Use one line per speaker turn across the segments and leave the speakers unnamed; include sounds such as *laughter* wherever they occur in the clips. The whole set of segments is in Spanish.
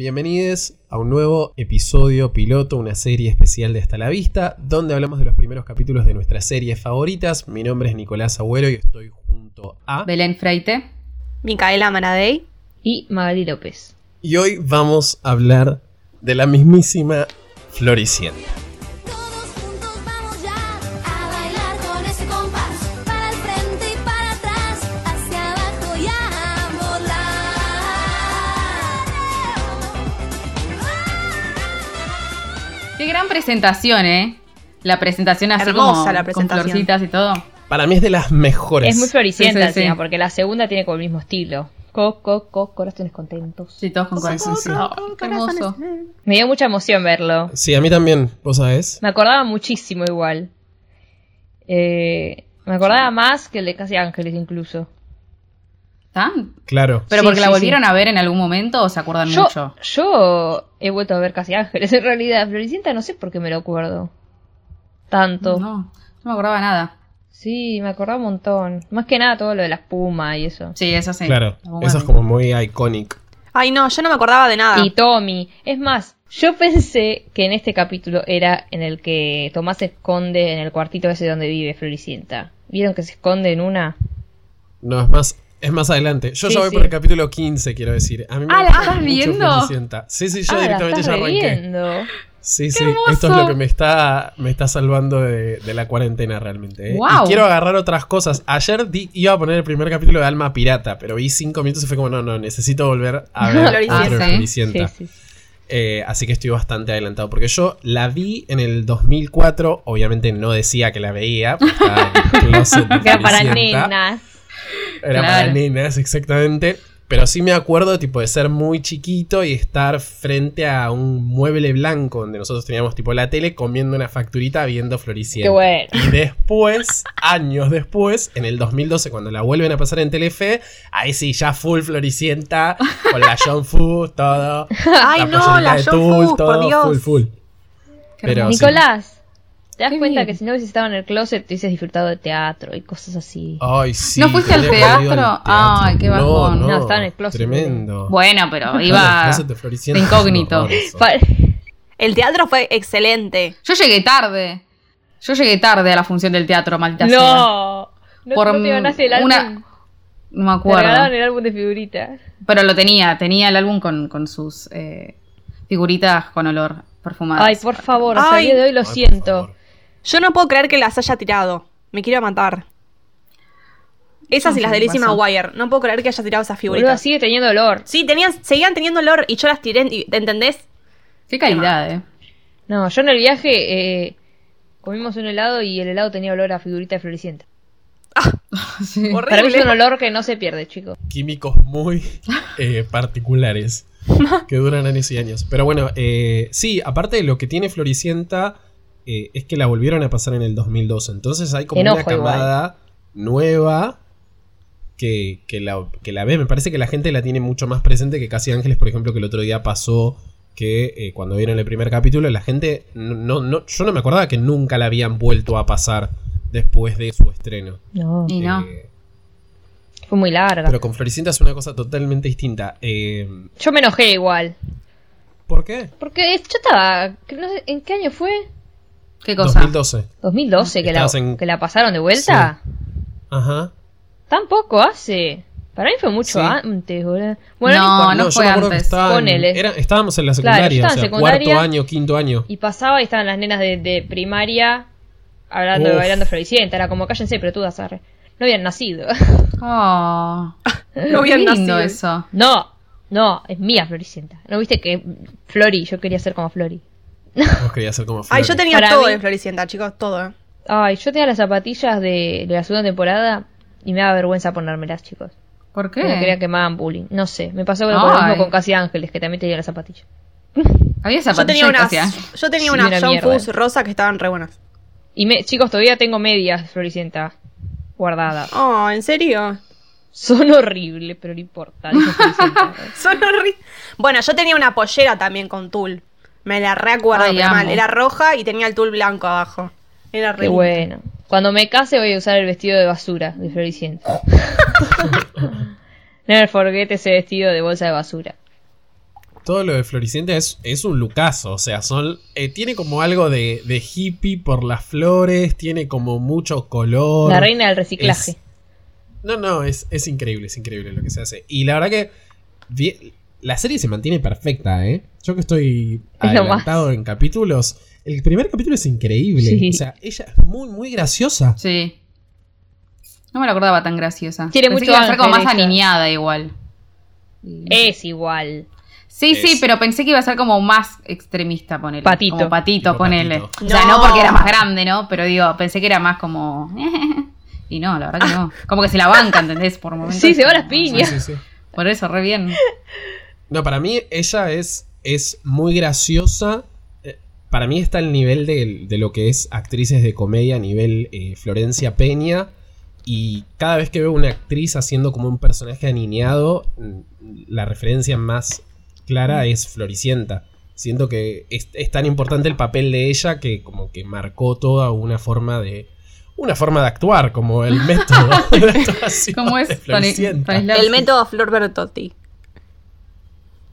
Bienvenidos a un nuevo episodio piloto, una serie especial de Hasta la Vista, donde hablamos de los primeros capítulos de nuestras series favoritas. Mi nombre es Nicolás Agüero y estoy junto a...
Belén Freite
Micaela Maradei.
y Magali López.
Y hoy vamos a hablar de la mismísima Floricienta.
Todos juntos vamos ya a bailar con ese compás. Para el frente y para atrás, hacia abajo y a volar.
Qué gran presentación, ¿eh? La presentación así
Hermosa
como
la presentación.
con florcitas y todo.
Para mí es de las mejores.
Es muy floricienta
Pues, Sí, sí, sí.
encima, porque la segunda tiene como el mismo estilo. Co, co, co, corazones contentos.
Sí, todos con corazones.
Ah,
Ay, qué hermoso.
Me dio mucha emoción verlo.
Sí, a mí también, vos sabés.
Me acordaba muchísimo igual. Eh, me acordaba más que el de Casi Ángeles incluso.
¿Están?
Claro.
¿Pero
Sí,
porque la
sí,
volvieron a ver en algún momento o se acuerdan
Yo,
mucho?
yo he vuelto a ver Casi Ángeles *laughs* en realidad. Floricienta no sé por qué me lo acuerdo. Tanto.
No, no me acordaba nada.
Sí, me acordaba un montón. Más que nada todo lo de la espuma y eso.
Sí, eso sí.
Claro.
Algún
Eso es
momento.
como muy icónico.
Ay, no, yo no me acordaba de nada.
Y Tommy. Es más, yo pensé que en este capítulo era en el que Tomás se esconde en el cuartito ese donde vive Floricienta. ¿Vieron que se esconde en una?
No, es más, es más adelante. Yo
Sí,
ya voy
sí.
por el capítulo 15, quiero decir. A mí me
Ah, ¿la
gusta
estás
mucho
viendo?
Floricienta. Sí, sí, yo
ah, la
directamente
estás
ya arranqué.
reviendo.
Sí, sí, esto es lo que me está, me está salvando de, de la cuarentena realmente. ¿eh?
Guau.
Y quiero agarrar otras cosas. Ayer di- iba a poner el primer capítulo de Alma Pirata, pero vi cinco minutos y fue como, no, no, necesito volver a ver
Floricienta.
otro de
Ah, sí.
Floricienta.
Sí, sí, sí.
Eh, así que estoy bastante adelantado, porque yo la vi en el 2004, obviamente no decía que la veía, porque estaba en el closet de
Pero para
Floricienta.
nenas.
Era
Claro.
para nenas, exactamente. Pero sí me acuerdo tipo de ser muy chiquito y estar frente a un mueble blanco donde nosotros teníamos tipo la tele comiendo una facturita viendo Floricienta.
Qué bueno.
Y después, *laughs* años después, en el 2012 cuando la vuelven a pasar en Telefe, ahí sí ya full Floricienta con la John Fu, todo.
Ay, no,
playerita
la
de
John
Tul,
Fu, por Dios.
full full.
Qué
Pero
hermoso.
sí.
Nicolás, ¿te das
Qué
cuenta
bien.
que si no hubieses estado en el closet te hubieses disfrutado de teatro y cosas así?
Ay, sí.
¿No fuiste al
tendría que haber ido
teatro? Ay, qué bajón.
No, no,
No, estaba en el closet.
Tremendo.
Bueno, pero
Claro,
iba.
*laughs* los closets de Floricienta
de
son
incógnito.
horrorosos.
*laughs* Pa-
El teatro fue excelente.
Yo llegué tarde. Yo llegué tarde a la función del teatro, maldita sea.
no. No,
Por
no te ganaste el
una-
álbum.
No me
Te regalaban
acuerdo.
el álbum de figuritas.
Pero lo tenía, tenía el álbum con, con sus eh, figuritas con olor perfumadas.
Ay, por favor, hasta
Ay.
el día de hoy lo
Ay, por
siento.
favor.
Yo no puedo creer que las haya tirado. Me quiero matar. Esas
No sé
y las
qué
de Lizzie
pasó.
McGuire. No puedo creer que haya tirado esas
Boluda,
figuritas.
sigue teniendo olor.
Sí, tenían, seguían teniendo olor y yo las tiré, y- ¿entendés?
Qué calidad, eh.
No, yo en el viaje eh, comimos un helado y el helado tenía olor a figurita de floreciente.
Sí.
Para mí es un
Horrible.
olor que no se pierde, chicos.
Químicos muy eh, particulares que duran años y años. Pero bueno, eh, sí, aparte de lo que tiene Floricienta eh, es que la volvieron a pasar en el 2002. Entonces hay como una
Enojo igual.
camada nueva que, que la, que la ve. Me parece que la gente la tiene mucho más presente que Casi Ángeles, por ejemplo, que el otro día pasó que eh, cuando vieron el primer capítulo, la gente. No, no- no- yo no me acordaba que nunca la habían vuelto a pasar después de su estreno.
No.
Y no.
Eh,
Fue muy larga.
Pero con Floricienta es una cosa totalmente distinta. Eh,
Yo me enojé igual.
¿Por qué?
Porque es- yo estaba. que no sé, ¿En qué año fue?
Qué cosa.
2012.
¿2012 que la,
Estabas en-
que la pasaron de vuelta?
Ajá.
Tampoco hace. Para mí fue mucho
Sí.
antes, boludo. Bueno, no
No,
importa.
no fue
acuerdo
antes.
estaba en-
Ponele.
era- estábamos en la
Claro, yo
secundaria,
estaba
o
en
sea,
secundario.
cuarto año, quinto
*laughs*
año.
Y pasaba y estaban las nenas de, de primaria hablando,
Uf.
bailando floricienta. Era como cállense, pero tú arre. No habían nacido. *laughs*
Oh,
No
qué
habían
lindo
nacido.
eh.
eso.
No, no, es mía Floricienta. ¿No viste que Flori, yo quería ser como Flori?
Vos querías ser como Flori.
Ay, yo tenía
Para
todo
mí-
en Floricienta, chicos, todo. eh.
Ay, yo tenía las zapatillas de, de la segunda temporada y me daba vergüenza ponérmelas, chicos.
¿Por qué?
Porque creía que me daban bullying. No sé, me pasó con lo
Ay.
mismo con Casi Ángeles, que también tenía las zapatillas.
Había
Yo
zapatillas
tenía
de
unas,
Casia.
yo tenía
Sí,
unas
una
John
mierda.
Fuss rosa que estaban re buenas.
Y me, chicos, todavía tengo medias Floricienta guardadas.
Oh, ¿en serio?
Son horribles, pero no importa.
*laughs*
dice Floricienta.
Son horri- Bueno, yo tenía una pollera también con tul. Me la reacuerdo
Ay,
pero
amo.
mal. Era roja y tenía el tul blanco abajo. Era re
Qué bueno. Cuando me case voy a usar el vestido de basura de
*laughs*
Floricienta. *laughs* Never forget ese vestido de bolsa de basura.
Todo lo de Floricienta es, es un lucaso, o sea, son eh, tiene como algo de, de hippie por las flores, tiene como mucho color.
La reina del reciclaje.
Es- no, no, es, es increíble, es increíble lo que se hace. Y la verdad que vi- la serie se mantiene perfecta, ¿eh? Yo que estoy
Es lo
adelantado en capítulos, el primer capítulo es increíble.
Sí.
O sea, ella es muy, muy graciosa.
Sí. No me la acordaba tan graciosa.
Tiene
Pensé
mucho
que iba a ser como
ángel
más
ella. Eh.
aniñada igual.
Es igual.
Sí, sí,
Es.
pero pensé que iba a ser como más extremista, ponele.
Patito.
Como patito,
Tipo
ponele.
patito.
O sea,
No.
no porque era más grande, ¿no? Pero digo, pensé que era más como. *laughs* Y no, la verdad que no. Como que se la banca, ¿entendés? Por momentos.
Sí, se va a las
Sí,
piñas.
sí, sí.
Por eso,
*laughs*
re bien.
No, para mí ella es, es muy graciosa. Eh, Para mí está al nivel de, de lo que es actrices de comedia a nivel eh, Florencia Peña. Y cada vez que veo una actriz haciendo como un personaje aniñado, mm, la referencia más clara es Floricienta. Siento que es, es tan importante el papel de ella que como que marcó toda una forma de... Una forma de actuar, como el método de actuación
¿Cómo
de
es?
Floricienta.
Stanislavski?
El método Flor Bertotti.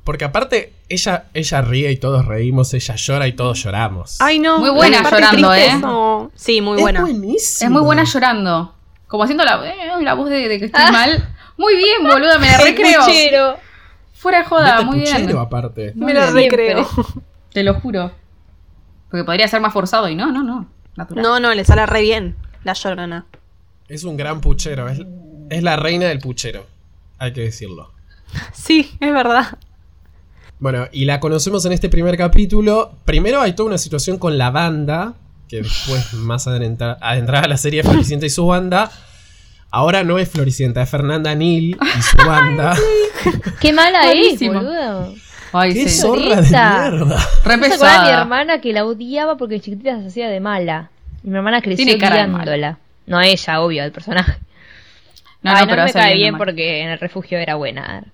Porque aparte, ella, ella ríe y todos reímos, ella llora y todos lloramos.
Ay, no.
Muy buena
la parte
llorando,
triste
¿eh?
es, no. Sí, muy buena.
buenísima.
Es muy buena llorando. Como haciendo la, eh, la voz de, de que estoy mal. Muy bien, boluda, me la
Ah. *laughs* El
recreo.
puchero.
Fuera de joda,
Vete
muy bien.
puchero, aparte.
Muy
Me la
bien.
recreo.
Te lo juro. Porque podría ser más forzado y no, no, no. Natural.
No, no, le sale re bien la llorona.
Es un gran puchero. Es, es la reina del puchero. Hay que decirlo.
Sí, es verdad.
Bueno, y la conocemos en este primer capítulo. Primero hay toda una situación con la banda, que después más adentra- adentrada a la serie Floricienta y su banda. Ahora no es Floricienta, es Fernanda Neal y su banda.
Qué mala es,
Buenísimo.
boludo.
Ay,
¡Qué
sí.
zorra de
Floricienta.
mierda!
Re
¿No se acuerdan de mi
pesada.
hermana que la odiaba porque de chiquitita se hacía de mala? Y mi hermana creció
Tiene cara de mala.
odiándola. No ella, obvio, el personaje.
No,
Ay,
no, pero
me
hace
cae bien
bien, Omar.
porque en el refugio era buena.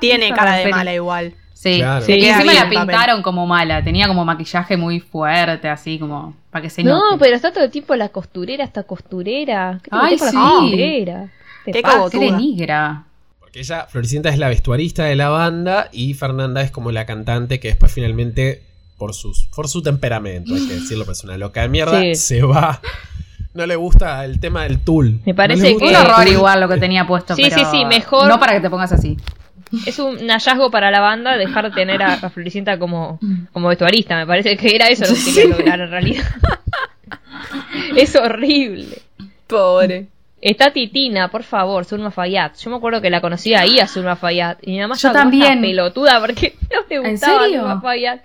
Tiene
Esa
cara de
serie.
mala igual.
Sí.
Claro.
Sí, que
Queda
encima
bien
la
el papel.
pintaron como mala. Tenía como maquillaje muy fuerte, así como. Para que se note.
No, pero está todo el tiempo la costurera, esta costurera. ¿Qué te
Ay,
metés con la
sí.
costurera? Te
Qué
pasa.
como
Qué
tuda.
denigra.
Porque ella, Floricienta, es la vestuarista de la banda y Fernanda es como la cantante que después finalmente, por, sus, por su temperamento,
*laughs*
hay que decirlo, pero es una loca de mierda,
Sí.
se va. No le gusta el tema del tul.
Me parece
No le
que-
gusta
Un
el
horror
tul.
igual lo que tenía puesto.
Sí,
pero
sí, sí, mejor-
No para que te pongas así.
Es un hallazgo para la banda dejar de tener a, a Floricienta como, como vestuarista. Me parece que era eso lo que quería lograr en realidad. *laughs* es horrible.
Pobre.
Está Titina, por favor, Zulma Fayad. Yo me acuerdo que la conocí ahí a Zulma Fayad. Y mi mamá
Yo
estaba como
también.
esta pelotuda porque *laughs* no te
¿En
gustaba
serio?
Zulma Fayad.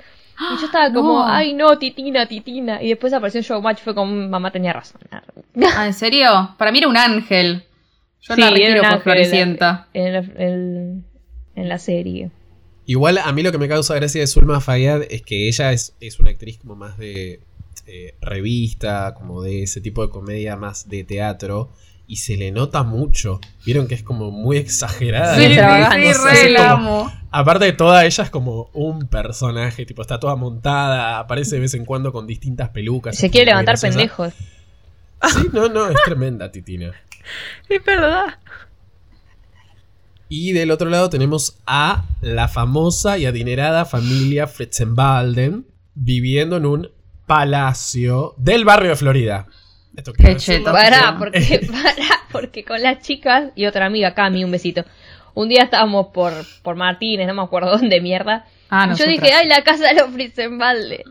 Y
*gasps*
yo estaba como,
no.
ay no, Titina, Titina. Y después apareció en Showmatch y fue como, "Mm, mamá tenía razón.
Ah, ¿en serio? Para mí era un ángel. Yo la
Sí, era
requiero
un
por
ángel, era-
Floricienta.
En la, en- en la serie.
Igual a mí lo que me causa gracia de Zulma Fayad es que ella es, es una actriz como más de eh, revista, como de ese tipo de comedia más de teatro. Y se le nota mucho. Vieron que es como muy exagerada. *laughs*
Sí,
Es como-
extravagante. sí, re,
es como-
la amo.
Aparte de toda ella es como un personaje, tipo, está toda montada, aparece de vez en cuando con distintas pelucas.
Se
es
quiere
como muy
levantar
graciosa.
pendejos.
Sí, no, no, es tremenda, Titina.
Es verdad.
Y del otro lado tenemos a la famosa y adinerada familia Fretzenbalden viviendo en un palacio del barrio de Florida. Esto quiero
Qué
decirlo.
cheto.
Pará, porque, pará, porque con las chicas y otra amiga, Cami, un besito. Un día estábamos por, por Martínez, no me acuerdo dónde mierda.
Ah,
Y yo
nosotras.
dije, ay, la casa de los Fritzenbalde.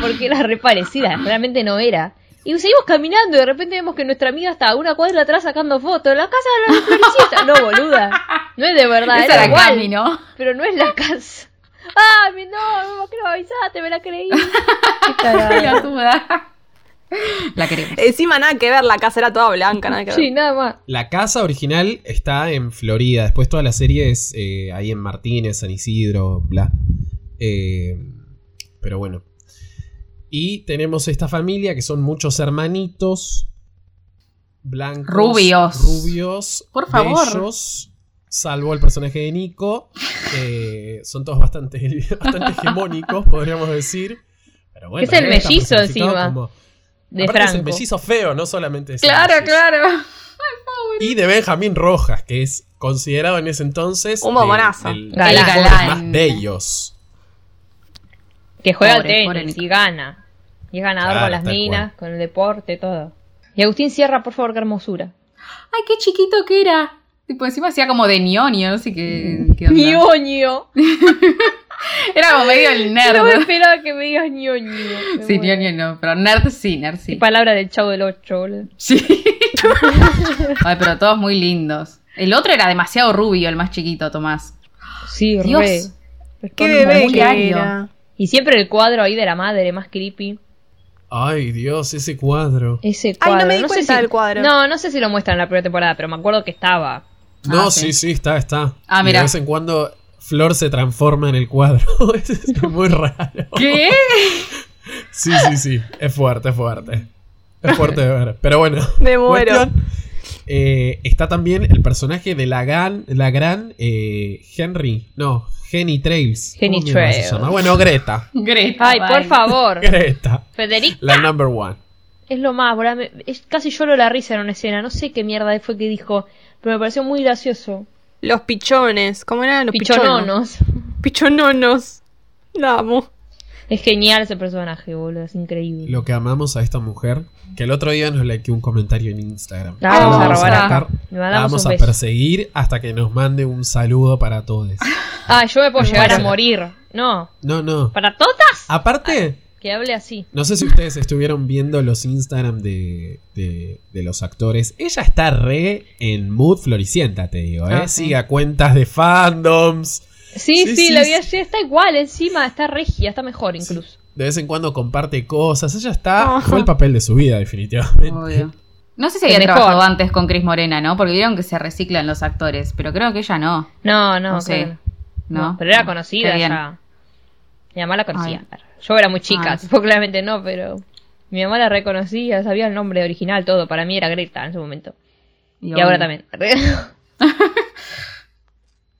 Porque era reparecida, realmente no era. Y seguimos caminando y de repente vemos que nuestra amiga está a una cuadra atrás sacando fotos. La casa de los Floricienta. No, boluda. No es de verdad,
Esa
era
era
igual.
Cami,
*laughs*
¿no?
Pero no es la casa. Ay, mi- no, no me lo avisaste, me la creí. Qué tarada.
Pelotuda. La queremos.
Encima nada que ver, la casa era toda blanca, nada que ver.
Sí, nada más.
La casa original está en Florida. Después toda la serie es eh, ahí en Martínez, San Isidro, bla. Eh, pero bueno. Y tenemos esta familia que son muchos hermanitos. Blancos.
Rubios.
Rubios.
Por favor.
bellos, salvo el personaje de Nico. Eh, son todos bastante, *laughs* bastante hegemónicos, podríamos decir. Pero bueno,
Es el
él está
mellizo
personificado
encima,
como-
De
Aparte es el
Franco.
mellizo feo, no solamente es el
Claro,
mellizo.
claro.
Y de Benjamín Rojas, que es considerado en ese entonces.
Un
del-
bombonazo.
del-
Galán.
de los jugadores más
Galán.
bellos.
Que juega al
Pobre,
tenis
pobre Nico.
y gana. Y es ganador
Claro,
con las
tal
minas, con el deporte, todo. Y Agustín Sierra, por favor, qué hermosura.
Ay, qué chiquito que era. Tipo, encima hacía como de ñoño, así que. ¿qué onda?
¡Ñoño!
Era como medio el nerd.
No me esperaba que me digas ñoño. Me
sí,
muero.
ñoño no, pero nerd sí, nerd sí.
Qué palabra del chavo del 8, boludo.
Sí. *laughs* Ay, pero todos muy lindos. El otro era demasiado rubio, el más chiquito, Tomás.
Sí,
Dios.
re. Pero
Qué
todo
bebé
muy
que
largo.
era.
Y siempre el cuadro ahí de la madre, más creepy.
Ay, Dios, ese cuadro.
Ese
Ay, no
cuadro.
me di
sé
cuenta
si-
del cuadro.
No, no sé si lo muestran en la primera temporada, pero me acuerdo que estaba.
No,
Ah,
sí.
sí.
sí, está, está.
Ah,
Y
mirá.
De vez en cuando Flor se transforma en el cuadro. *laughs* Eso es muy raro.
¿Qué?
Sí, sí, sí. Es fuerte, es fuerte. Es fuerte de ver. Pero bueno.
*laughs* Me muero.
Cuestión, eh, está también el personaje de la gran, la gran eh, Henry. No, Henny Trails. ¿Cómo
Jenny
mierda se
Trails.
llama? Bueno, Greta.
Greta.
Ay, por
bye.
*laughs*
favor.
Greta.
Federico
La number one.
es lo más, boludo. Me- es- Casi lloro la risa en una escena. No sé qué mierda fue que dijo, pero me pareció muy gracioso.
Los pichones. ¿Cómo eran los pichonos?
Pichononos.
Pichononos. La amo.
Es genial ese personaje, boludo. Es increíble.
Lo que amamos a esta mujer. Que el otro día nos likeó un comentario en Instagram.
La Ah, vamos
La
a robar
a
acá.
matar,
Le
la
mandamos
vamos
un
a
beso.
perseguir hasta que nos mande un saludo para todos.
Ah, yo me puedo
Me
llegar a
parece.
morir. No.
No, no.
¿Para todas?
Aparte.
Que hable así.
No sé si ustedes estuvieron viendo los Instagram de, de- de los actores. Ella está re en mood floricienta, te digo, ¿eh?
Ah, sí.
Sigue a cuentas de fandoms. Sí,
Sí, sí,
sí,
la vida
sí.
sí, está igual encima, está regia, está mejor incluso.
De vez en cuando comparte cosas. Ella está.
Ah.
Ajá.
Fue el papel de su vida, definitivamente.
Obvio. No sé si había
El mejor.
trabajado antes con Cris Morena, ¿no? Porque vieron que se reciclan los actores, pero creo que ella no,
No, no,
No sé.
claro.
¿no?
No, pero era
Qué
conocida
bien.
ya. Mi mamá la conocía.
Ay.
Yo era muy chica,
Ay.
*laughs* tipo, claramente no, pero mi mamá la reconocía, sabía el nombre original, todo. Para mí era Greta en su momento. Y,
obvio.
ahora también. *laughs*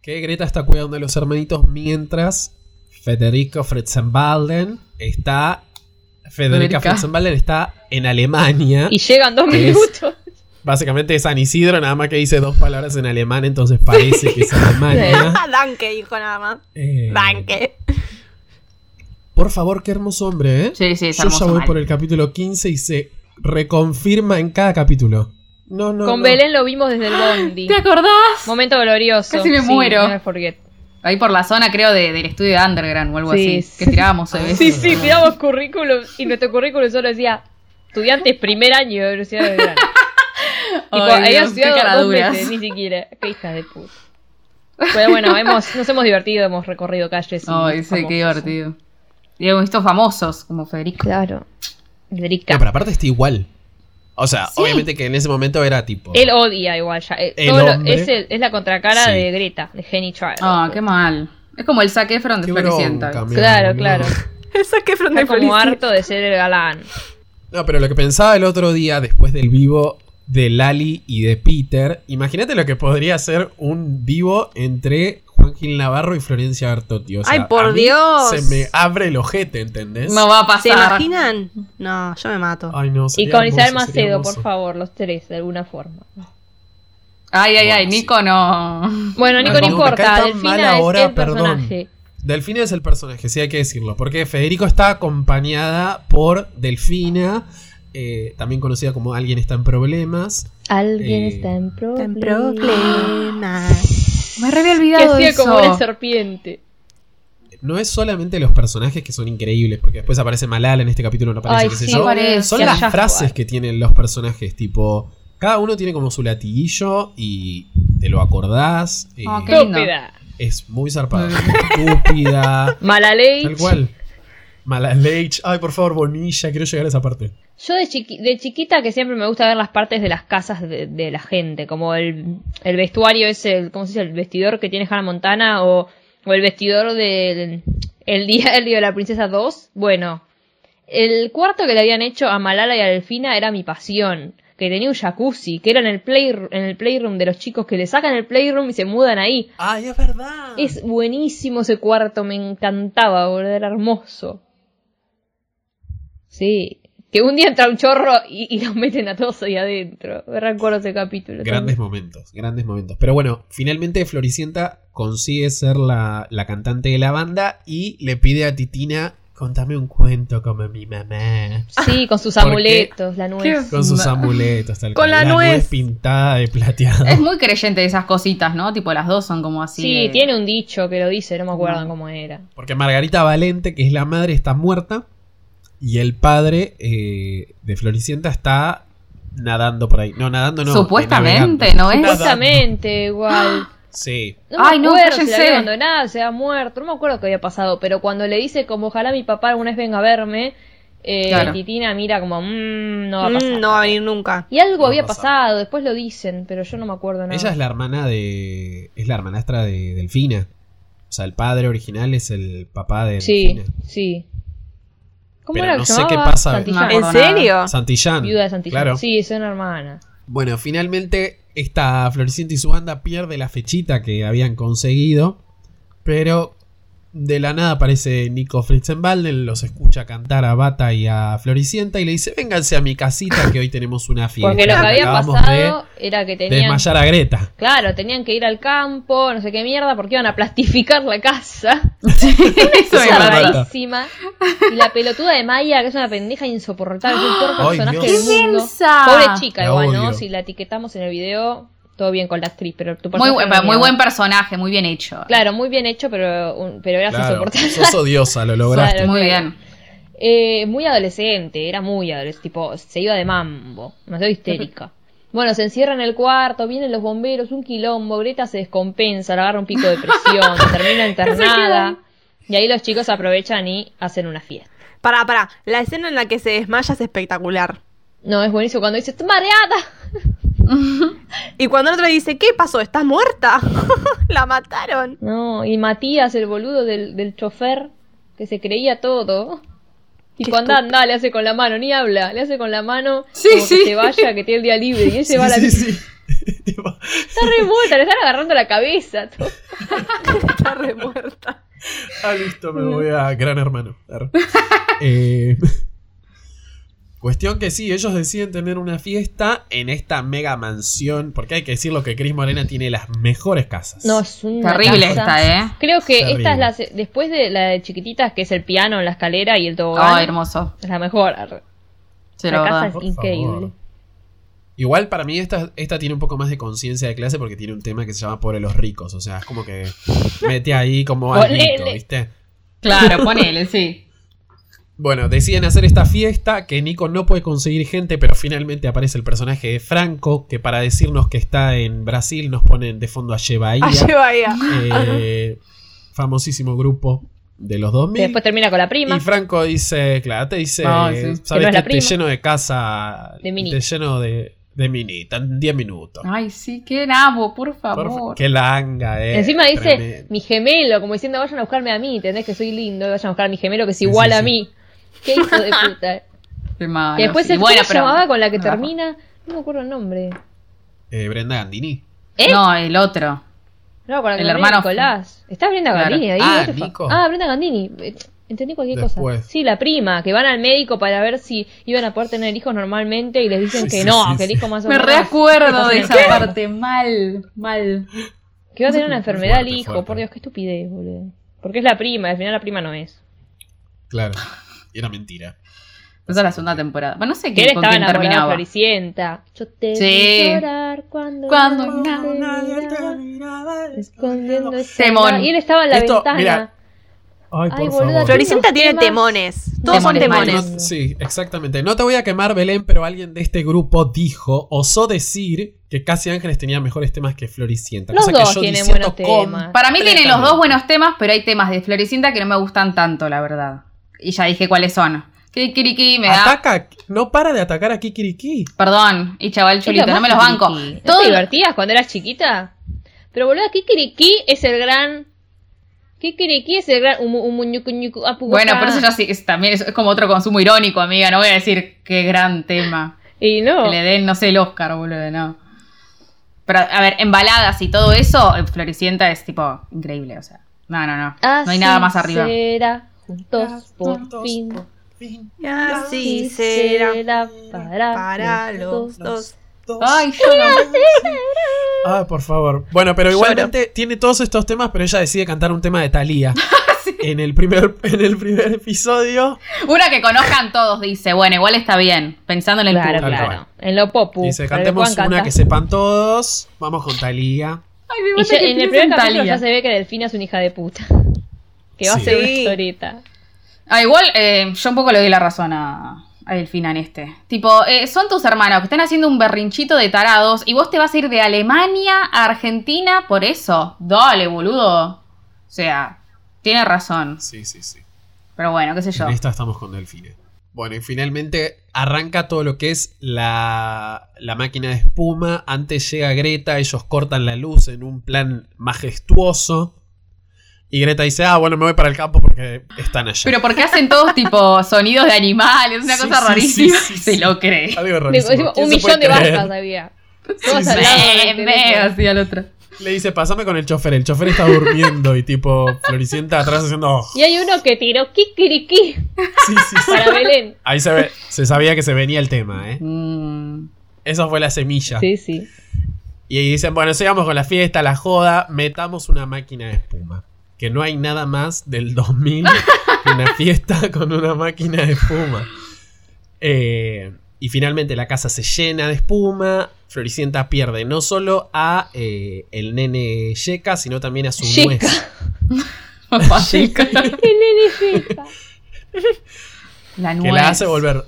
Que Greta está cuidando a los hermanitos mientras Federico Fritzenbalden está. Federica
Federica.
Fritzenbalden está en Alemania.
y llegan dos
¿Qué es?
minutos.
Básicamente es San Isidro, nada más que dice dos palabras en alemán, entonces parece que es Alemania.
Danke dijo nada más.
Eh,
Danke. *laughs*
Por favor, qué hermoso hombre, ¿eh?
Sí, sí, es
Yo ya
hermoso,
voy
mal.
por el capítulo 15 y se reconfirma en cada capítulo. No, no.
Con
no.
Belén lo vimos desde el
*laughs*
bondi.
¿Te acordás?
Momento glorioso.
Casi me
Sí,
muero.
never forget.
Ahí por la zona, creo, de- del estudio de Underground o algo
Sí,
así.
sí.
Que tirábamos de
Sí,
besos.
sí, tiramos currículum y nuestro currículum solo decía estudiantes primer año de Universidad de
*laughs*
Verano. *laughs* Tipo,
Ay,
había
Dios, qué
estudiado dos
caraduras.
meses, ni siquiera. Qué hija de puta. Pero bueno, hemos, nos hemos divertido, hemos recorrido calles. y
*laughs* Ay, sí,
famosos.
qué divertido. Y hemos visto famosos como Federico.
Claro. Federica.
No, pero aparte está igual. O sea, obviamente que en ese momento era tipo.
Él odia igual ya. eh,
El
todo lo-
hombre.
es, el- es la contracara
Sí.
de Greta, de Jenny Child.
Ah, qué mal. Es como el Zac Efron de
Qué
Floricienta.
bronca, mi
Claro,
amor,
claro.
no.
Eso es que
Está
fronte
como harto de ser el galán.
No, pero lo que pensaba el otro día después del vivo de Lali y de Peter, imagínate lo que podría ser un vivo entre Juan Gil Navarro y Florencia Bertotti. O sea,
Ay, por
a mí
Dios.
Se me abre el ojete, ¿entendés?
No va a
¿Se
pasar.
imaginan? No, yo me mato.
Ay, no,
Y
sería
con Isabel
hermoso, sería
Macedo, por
hermoso.
favor, los tres, de alguna forma.
Ay, ay, ay,
Bueno, sí.
Nico
*laughs*
no.
Bueno, Nico,
Ay, no, me
no
cae
importa.
tan mal
Delfina
ahora,
es el
perdón.
personaje.
Delfina es el personaje, sí hay que decirlo, porque Federico está acompañada por Delfina, eh, también conocida como Alguien está en problemas.
Alguien
Eh,
está en
Tan
problema.
problemas.
Me re había
Que
olvidado
hacía
eso.
como una serpiente.
No es solamente los personajes que son increíbles, porque después aparece Malala en este capítulo, no aparece,
Ay,
qué sé
sí,
yo.
parece.
Son
Ya
las
ya
frases
jugar.
que tienen los personajes, tipo, cada uno tiene como su latiguillo y te lo acordás. eh,
Ah, qué- lindo.
Estúpida.
Es muy zarpado.
*laughs*
Estúpida.
Mala ley.
Tal cual. Malaleich. Ay, por favor, Bonilla, quiero llegar a esa parte.
Yo de, chiqui- de chiquita que siempre me gusta ver las partes de las casas de, de la gente, como el, el vestuario es el, ¿cómo se dice? El vestidor que tiene Hannah Montana o, o el vestidor del el día, el día de la princesa 2. Bueno, el cuarto que le habían hecho a Malala y a Delfina era mi pasión, que tenía un jacuzzi, que era en el, play, en el playroom de los chicos que le sacan el playroom y se mudan ahí.
Ay, es
Ah.
verdad.
Es buenísimo ese cuarto, me encantaba, boludo, era hermoso. Sí, Que un día entra un chorro y, y los meten a todos ahí adentro. Me recuerdo ese capítulo.
Grandes
también.
momentos, grandes momentos. Pero bueno, finalmente Floricienta consigue ser la, la cantante de la banda y le pide a Titina, contame un cuento como mi mamá.
Sí, con sus
Porque-
amuletos, la nuez.
Con
*laughs*
sus
Ma-
amuletos, tal
Con
cual.
la nuez.
pintada de plateado.
*laughs*
Es muy creyente de esas cositas, ¿no? Tipo, las dos son como así.
Sí,
de-
tiene un dicho que lo dice, no me acuerdo
No.
cómo era.
Porque Margarita Valente, que es la madre, está muerta. Y el padre eh, de Floricienta está nadando por ahí. No, nadando no.
Supuestamente,
navegando.
¿no es?
Nada.
Supuestamente, igual.
*gasps*
Sí.
No me
Ay, no,
acuerdo si la
cállense.
había abandonado, se había muerto, no me acuerdo qué había pasado, pero cuando le dice como ojalá mi papá alguna vez venga a verme, eh,
Claro.
Titina mira como mmm, no va a pasar.
Mm, no va a venir nunca.
Y algo
No va a
había
pasar.
pasado, después lo dicen, pero yo no me acuerdo nada.
Ella es la hermana de. Es la hermanastra de Delfina. O sea, el padre original es el papá de
Sí,
Delfina.
sí. ¿Cómo
Pero
era
no
que
sé
llamaba?
qué pasa.
Santillán.
No me
¿En
acuerdo
serio?
Santillán.
Ah. Viuda de Santillán.
Claro.
Sí, es una hermana.
Bueno, finalmente esta Floricienta y su banda pierde la fechita que habían conseguido, pero de la nada aparece Nico Fritzenbalden, los escucha cantar a Bata y a Floricienta y le dice, vénganse a mi casita que hoy tenemos una fiesta.
Porque lo que había
Acabamos
pasado era que
de
tenían...
desmayar a Greta.
Claro, tenían que ir al campo, no sé qué mierda, porque iban a plastificar la casa.
*laughs* *laughs* Eso me
Esa
me
mata.
mata.
rarísima. Y la pelotuda de Maya, que es una pendeja insoportable, es el
*gasps*
peor
Ay,
personaje
Dios.
del mundo.
Inmensa.
Pobre chica,
La
igual,
odio.
¿no? Si la etiquetamos en el video, todo bien con la actriz, pero tu
Muy,
personaje
buen-
era una
muy
mierda.
buen personaje, muy bien hecho.
Claro, muy bien hecho, pero, un- pero eras
Claro,
*laughs* insoportable.
sos odiosa, lo lograste.
Claro.
Muy bien.
Eh, muy adolescente, era muy adolescente, tipo, se iba de mambo,
*laughs*
demasiado histérica. Bueno, se encierra en el cuarto, vienen los bomberos, un quilombo, Greta se descompensa, le agarra un pico de presión,
*laughs*
termina internada. Y ahí los chicos aprovechan y hacen una fiesta.
Pará, pará. La escena en la que se desmaya es espectacular.
No, es buenísimo cuando dice, ¡Estoy mareada!
Y cuando el otro le dice, ¿qué pasó? ¿Estás muerta? *laughs* la mataron.
No, y Matías, el boludo del, del chofer, que se creía todo. Y
Qué
cuando
estúpido.
anda, le hace con la mano, ni habla, le hace con la mano
Sí,
como
sí.
que se vaya, que tiene el día libre, y él
*laughs*
se
Sí,
va a la
sí, sí. *laughs* Tipo,
Está re muerta, le están agarrando la cabeza. todo.
*laughs* Está re muerta.
ah, listo, me voy a Gran Hermano. *laughs* Eh, Cuestión que sí, ellos deciden tener una fiesta en esta mega mansión, porque hay que decirlo que Cris Morena tiene las mejores casas.
No, es una
Terrible
casa.
esta, ¿eh?
Creo que
Terrible.
esta es la se- después de la de chiquititas, que es el piano, la escalera y el tobogán.
Ay, hermoso.
Es la mejor. arre.
Sí,
La
la
casa
verdad.
es increíble.
Igual para mí esta, esta tiene un poco más de conciencia de clase porque tiene un tema que se llama Pobre los ricos. O sea, es como que mete ahí como algo,
Ponele.
¿viste?
*laughs*
Claro, ponele, sí.
Bueno, deciden hacer esta fiesta que Nico no puede conseguir gente, pero finalmente aparece el personaje de Franco, que para decirnos que está en Brasil nos ponen de fondo a Lleva
A Bahía.
eh, famosísimo grupo de los 2000.
Que después termina con la prima.
Y Franco dice, claro, te dice,
Ay, sí.
sabes
Que no es la
que te
prima".
lleno de casa,
De minita. Ah,
te lleno de, de minita, en 10 minutos.
Ay, sí, qué nabo, por
Por
favor.
fa- qué langa, eh.
Encima dice
tremendo.
mi gemelo, como diciendo vayan a buscarme a mí, ¿entendés? Que soy lindo, vayan a buscar a mi gemelo que es
Sí,
igual
sí,
a
sí.
mí. Qué hijo de puta. eh.
Qué malo,
y después
Ah, sí.
se
Bueno, pero- Ah,
llamaba con la que
me bajo.
termina. No me acuerdo el nombre.
Eh, Brenda Gandini.
¿Eh?
No, el otro.
No, con la que
El
termina
hermano
Nicolás. Está Brenda
Claro.
Gandini ahí.
Ah,
what the fuck?
Nico.
Ah, Brenda Gandini. Eh, Entendí cualquier
Después.
cosa. Sí, la prima, que van al médico para ver si iban a poder tener hijos normalmente y les dicen
Sí,
que
sí,
no,
sí,
que el
sí.
hijo más o
Me
menos.
recuerdo de
¿Qué?
esa parte. Mal, mal.
Que va a tener una
Fuerte,
enfermedad el hijo.
fuerte.
Por Dios, qué estupidez, boludo. Porque es la prima, al final la prima no es.
Claro. Y Era mentira.
Esa es la segunda temporada. Bueno, no sé
Que él
qué, con
estaba
quién
enamorado de
terminaba.
Floricienta. Yo te
Sí.
vi llorar cuando,
Cuando
nadie
nadie
te miraba, escondiendo ese
Temón.
amor. Y él estaba en la
Esto,
ventana.
mira, Ay,
Ay, boluda,
Floricienta tiene
Unos
temones. Todos son
Temones,
temones.
No- sí, exactamente. No te voy a quemar, Belén, pero alguien de este grupo dijo, osó decir que Casi Ángeles tenía mejores temas que Floricienta.
Los
cosa que
dos
yo
tienen
diciendo
buenos
con-
temas.
Para mí tiene los
Completamente.
dos buenos temas, pero hay temas de Floricienta que no me gustan tanto, la verdad. Y ya dije cuáles son. Kikiriki me da.
Ataca, no para de atacar a Kikiriki.
Perdón, y chaval
Es
chulito,
lo
no me
más
los banco.
kikiriki. ¿No
Todo
te divertías cuando eras chiquita? Pero boludo, Kikiriki es el gran... Kikiriki es el gran... umu- umu- ñucu- ñucu- apu-
Bueno,
guaca.
por eso yo sí, es, también es, es como otro consumo irónico, amiga. No voy a decir qué gran tema.
Y no.
Que le den, no sé, el Oscar, boludo, no. Pero, a ver, en baladas y todo eso, eh, Floricienta es tipo
Ah,
increíble, o sea. No, no, no. No hay
Así
nada más arriba.
será, juntos por
Juntos
fin.
por fin.
Y así será.
para,
Para
los
los
dos.
dos.
dos.
Ay, yo no.
*laughs*
Ah, por favor. Bueno, pero
Lloro.
igualmente tiene todos estos temas, pero ella decide cantar un tema de Thalía. En el primer, en el primer episodio.
Una que conozcan todos dice, bueno, igual está bien, pensando en el
Claro,
público.
Tal
claro.
cual.
En lo popu.
Dice,
para que
cantemos
puedan
una
cantar.
que sepan todos. Vamos con Thalía.
Ay, me
Y
gusta
ya-
que
en el primer
piensen
capítulo
Thalía.
ya se ve que Delfina es una hija de puta. *laughs* Que va
Sí.
a ser una
Sí.
historieta.
Ah, igual eh, yo un poco le doy la razón a, a Delfina en este. Tipo, eh, son tus hermanos que están haciendo un berrinchito de tarados y vos te vas a ir de Alemania a Argentina por eso. Dale, boludo. O sea, tiene razón.
Sí, sí, sí.
Pero bueno, qué sé yo.
En esta estamos con Delfine. Bueno, y finalmente arranca todo lo que es la, la máquina de espuma. Antes llega Greta, ellos cortan la luz en un plan majestuoso. Y Greta dice, ah, bueno, me voy para el campo porque están allá.
Pero porque hacen
*laughs*
todos tipo sonidos de animales, una
Sí,
cosa
sí,
rarísima.
sí, sí,
se
sí.
lo cree.
Algo
Le-
rarísimo.
decimos,
¿Quién
Un
se puede
millón de
creer?
vacas había. Todas
sí.
hablando en el
Me, me,
teléfono.
así
*laughs*
al otro.
Le dice, pasame con el chofer. El chofer está durmiendo y tipo, Floricienta atrás haciendo... "Oh".
Y hay uno que tiró kikiriki
Sí, sí, sí. *laughs*
para Belén.
Ahí se, ve, se sabía que se venía el tema, ¿eh?
Mm. *laughs*
Esa fue la semilla.
Sí, sí.
Y ahí dicen, bueno, sigamos con la fiesta, la joda, metamos una máquina de espuma. Que no hay nada más del 2000 que una fiesta con una máquina de espuma. Eh, y finalmente la casa se llena de espuma. Floricienta pierde no solo a eh, el nene Yeka, sino también a su
Yeka.
nuez. *laughs*
Fácil.
El nene Yeka.
La
Que
nuez.
la hace volver.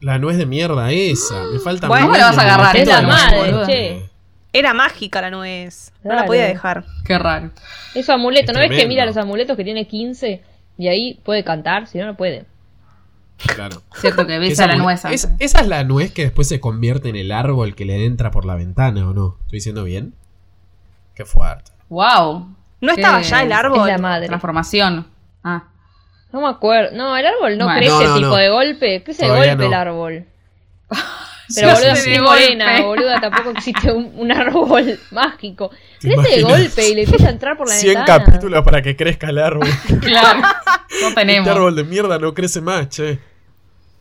La nuez de mierda esa. Me falta
Bueno,
mil
¿cómo la vas a
años,
agarrar?
me
Es
falta
la
la
madre,
muerte.
che.
Era mágica la nuez. No la
Claro.
podía dejar.
Qué raro.
Es su amuleto.
Es
¿No ves que
tremendo.
mira los amuletos que tiene 15? Y ahí puede cantar, si no, no puede.
Claro. *laughs*
Cierto que besa
Esa
la
mul-
nuez.
es-
antes.
esa es la nuez que después se convierte en el árbol que le entra por la ventana, ¿o no? ¿Estoy diciendo bien? Qué fuerte.
Wow.
No estaba
Qué-
ya el
Es
árbol.
la madre.
Transformación. Ah.
No me acuerdo. No, el árbol no
Bueno.
crece
No, no,
tipo
no.
de golpe. Crece de
Todavía
golpe
no.
el árbol.
Sí,
Pero boluda,
sí,
si
sí.
es
De golpe.
morena, boluda, tampoco existe un, un árbol *laughs* mágico.
¿Te
Crece de
imaginas?
golpe y le empieza a entrar por la
100
ventana.
capítulos para que crezca *laughs* el árbol.
*laughs*
Claro. No
Este
tenemos.
árbol de mierda no crece más, che.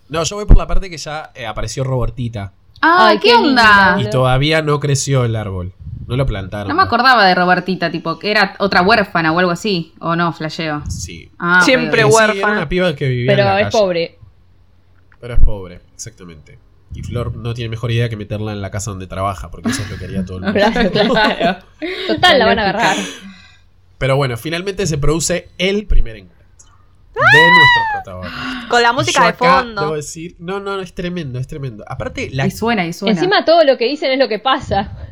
No, yo voy por la parte que ya eh, apareció Robertita.
Ah,
Ay,
¿qué,
qué
onda?
lindo.
Y todavía no creció el árbol. No lo plantaron.
No me acordaba de Robertita, tipo, que era otra huérfana o algo así. O no, flasheo.
Sí.
Ah, ok,
Siempre
Eh,
ok.
sí,
huérfana.
era una piba que vivía en
Pero
la
es
calle.
pobre.
Pero es pobre, exactamente. Y Flor no tiene mejor idea que meterla en la casa donde trabaja, porque eso es lo que haría
*laughs*
todo el mundo.
Claro, claro. Total, la van a agarrar.
Pero bueno, finalmente se produce el primer encuentro de nuestros protagonistas.
Con la música
Yo
de
acá
fondo.
Debo decir, no, no, es tremendo, es tremendo. Aparte, la,
Y suena, y suena.
Encima todo lo que dicen es lo que pasa. *laughs*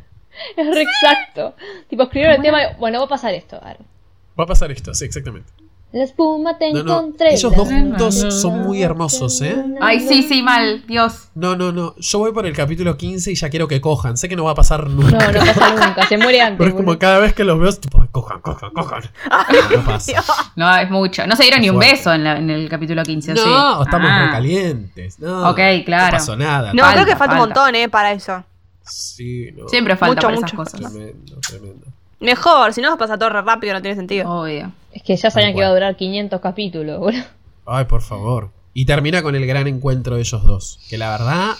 Es re exacto. Tipo, escribieron el tema y, bueno, va a pasar esto. a ver.
va a pasar esto, sí, exactamente.
La espuma te
No, no,
encontré.
ellos dos
la-
juntos son muy hermosos, ¿eh?
Ay, sí, sí, mal. Dios.
No, no, no, yo voy por el capítulo 15 y ya quiero que cojan. Sé que no va a pasar
No,
nunca.
no pasa nunca. Se muere
*laughs*
antes.
Pero es como
boludo.
cada vez que los veo, es tipo, cojan, cojan,
*laughs*
cojan. No, no pasa.
No, es mucho. No se dieron ni un
Fuerte.
beso en, la- en el capítulo 15, ¿o sí?
No, estamos
Ah.
muy calientes. No,
Ok, claro.
No pasó nada.
No,
Falta,
creo que falta, un
falta.
montón, eh, para eso.
Sí, no.
Siempre falta
Mucho,
para esas
mucho.
cosas.
Tremendo, tremendo.
Mejor, si no pasa todo re rápido, no tiene sentido.
Obvio.
Es que ya sabían que
Igual.
iba a durar 500 capítulos, boludo.
Ay, por favor. Y termina con el gran encuentro de ellos dos. Que la verdad.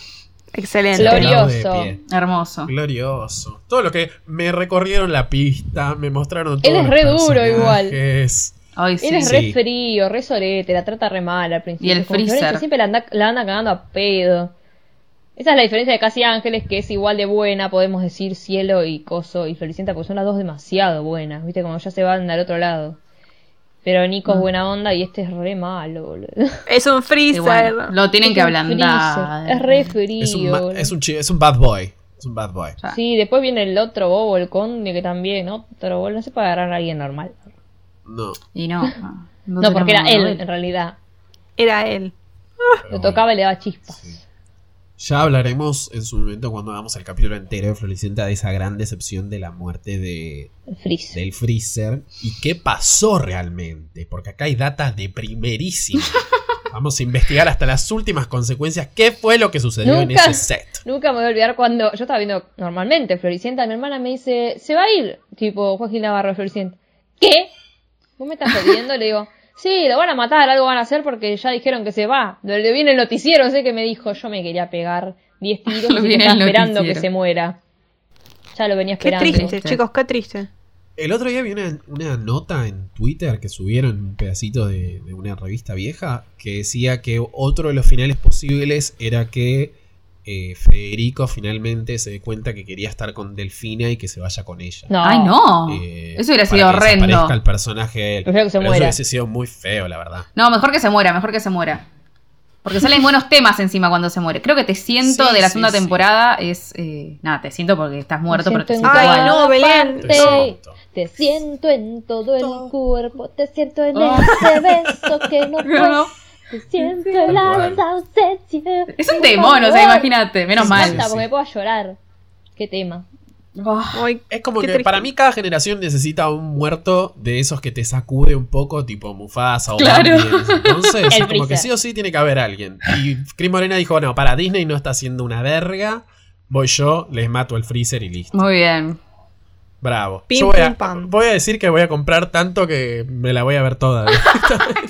Excelente.
se
Glorioso.
aplaude de pie.
Hermoso.
Glorioso. Todo lo que. Me recorrieron la pista, me mostraron todo.
Él es re duro igual.
Ay,
Él
sí.
es
Sí.
re frío, re sorete, la trata re mal al principio.
Y el
Como que Florencia
freezer.
Siempre la anda, la anda cagando a pedo. Esa es la diferencia de Casi Ángeles, que es igual de buena, podemos decir cielo y coso y Floricienta, porque son las dos demasiado buenas, ¿viste? Como ya se van al otro lado. Pero Nico
Mm.
es buena onda y este es re malo, boludo.
Es un
Y
freezer.
bueno, lo tienen
Es
que
un
ablandar.
freezer, Es re frío.
Es un, ma-
boludo.
es, un chi- es un bad boy. Es un bad boy.
Ya.
Sí, después viene el otro bobo, el conde, que también, otro bobo, no sé para agarrar a alguien normal.
No.
Y no. No,
No,
tenemos
porque era él,
novela.
en realidad.
Era él.
pero
Lo
bueno.
tocaba y le daba chispas.
Sí. Ya hablaremos en su momento cuando hagamos el capítulo entero de Floricienta de esa gran decepción de la muerte de,
El Freeze.
del freezer y qué pasó realmente, porque acá hay datas de primerísima. Vamos a investigar hasta las últimas consecuencias qué fue lo que sucedió en
Nunca.
ese set.
Nunca me voy a olvidar cuando yo estaba viendo normalmente Floricienta, mi hermana me dice, se va a ir, tipo Joaquín Navarro Floricienta. ¿Qué? ¿Vos me estás jodiendo? Le digo, sí, lo van a matar, algo van a hacer porque ya dijeron que se va. Le viene el noticiero, sé que me dijo, yo me quería pegar
*laughs*
10 tiros
Lo
y
viene
estaba
el
esperando que
noticiero.
se muera. Ya lo venía
Qué
esperando.
triste,
Sí.
chicos, qué triste.
El otro día vi una, una nota en Twitter que subieron un pedacito de, de una revista vieja que decía que otro de los finales posibles era que eh, Federico finalmente se dé cuenta que quería estar con Delfina y que se vaya con ella.
No.
Ay, no.
Eh,
Eso hubiera
para
sido
que
horrendo.
desaparezca el personaje de él.
Prefiero que se
Pero Eso
muera.
hubiese sido muy feo, la verdad.
No, mejor que se muera, mejor que se muera. Porque salen buenos temas encima cuando se muere. Creo que te siento
Sí,
de la
sí,
segunda
sí.
temporada es. eh, nada, te siento porque estás muerto,
Te
pero te
siento
siento
en
Ay,
toda
igual.
no,
la
Belén.
parte.
Exacto.
Te siento en todo el cuerpo, te siento en
Ah.
Oh.
ese beso que
*laughs*
no
No, no.
puedes, te siento en
Tal
la
cual.
ausencia.
*laughs* Es un
Por
demonio, o sea,
favor.
imagínate, menos
Sí,
Me
mal.
encanta,
sí.
porque me puedo llorar. Qué tema.
Oh,
Ay,
Es como
Qué
que
triste.
para mí cada generación necesita un muerto de esos que te sacude un poco, tipo Mufasa o
Claro.
Bambi.
*laughs*
Entonces,
El
es como que
Freezer.
sí o sí tiene que haber alguien. Y Chris Morena dijo, no, para Disney no está haciendo una verga. Voy yo, les mato al freezer y listo.
muy bien.
Bravo.
Pim,
yo voy,
pim,
a,
pam.
voy a decir que voy a comprar tanto que me la voy a ver
*laughs*
toda.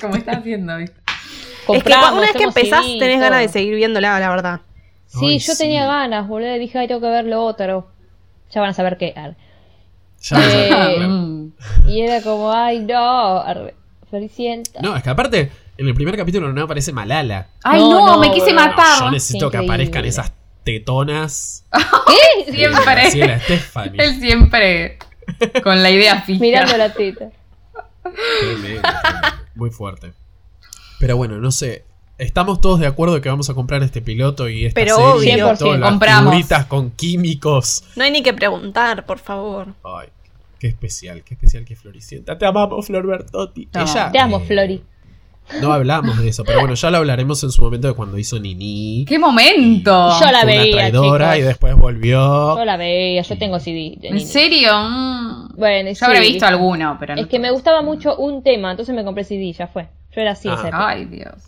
Como estás haciendo, ¿viste?
es que
Compramos,
una vez que
hacemos
empezás
CD,
tenés
todo.
ganas de seguir viéndola, la verdad.
Sí,
Ay,
yo
sí.
tenía ganas, boludo. Dije, ay, tengo que ver lo otro. Ya van a saber qué. ar.
Ya vas a ver,
Eh,
claro.
Mm.
Y era como, ay, no. ar, Floricienta.
No, es que aparte, en el primer capítulo no aparece Malala.
Ay, no,
No, no,
me quise
bueno,
Ah,
No,
matar.
yo necesito que
Increíble.
aparezcan esas
*laughs*
tetonas.
¿Qué?
de
Siempre.
Graciela Estefani.
Él siempre con la idea fija.
Mirando la teta.
Tremendo, tremendo. Muy fuerte. Pero bueno, no sé. Estamos todos de acuerdo que vamos a comprar este piloto y esta
Pero
serie.
obvio.
y todas las
100%. Compramos.
figuritas con químicos.
No hay ni que preguntar, por favor.
Ay, qué especial, qué especial que Floricienta. Te amamos, Flor Bertotti.
Te amo.
Ella,
Te amo,
eh,
Flori.
No hablamos de eso, pero bueno, ya lo hablaremos en su momento de cuando hizo Nini.
¡Qué momento!
Y
Yo la
fue
veía,
Una traidora
chicos.
y después volvió.
Yo la veía, yo tengo CD. de
¿En
Nini.
serio? Mm.
Bueno,
Yo habré
sí.
visto alguno, pero no.
Es que me gustaba mucho un tema, entonces me compré CD, ya fue. Yo era así,
Ah.
esa época.
Ay, Dios.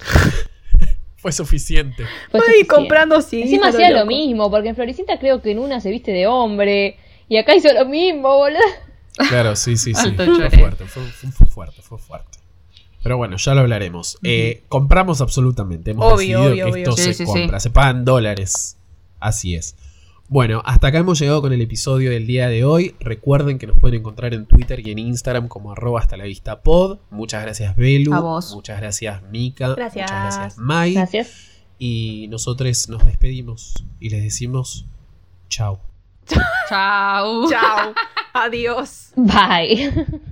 Fue suficiente.
Fue
Ay,
suficiente.
comprando sí.
Pues Encima hacía lo mismo, porque en Floricienta creo que en una se viste de hombre. Y acá hizo lo mismo, boludo.
Claro, sí, sí, sí. Fue
Alto lloré.
fuerte, fue, fue- fue fuerte, fue fuerte. Pero bueno, ya lo hablaremos. Eh, compramos absolutamente. Hemos
Obvio,
decidido
obvio,
que
obvio.
esto
Sí,
se
sí, sí.
compra. Se pagan dólares. Así es. Bueno, hasta acá hemos llegado con el episodio del día de hoy. Recuerden que nos pueden encontrar en Twitter y en Instagram como arroba hasta la vista pod. Muchas gracias, Belu.
A vos.
Muchas gracias, Mika.
Gracias.
Muchas gracias, Mai.
Gracias.
Y nosotros nos despedimos y les decimos chao.
Chau.
*laughs* Chao. Adiós.
Bye.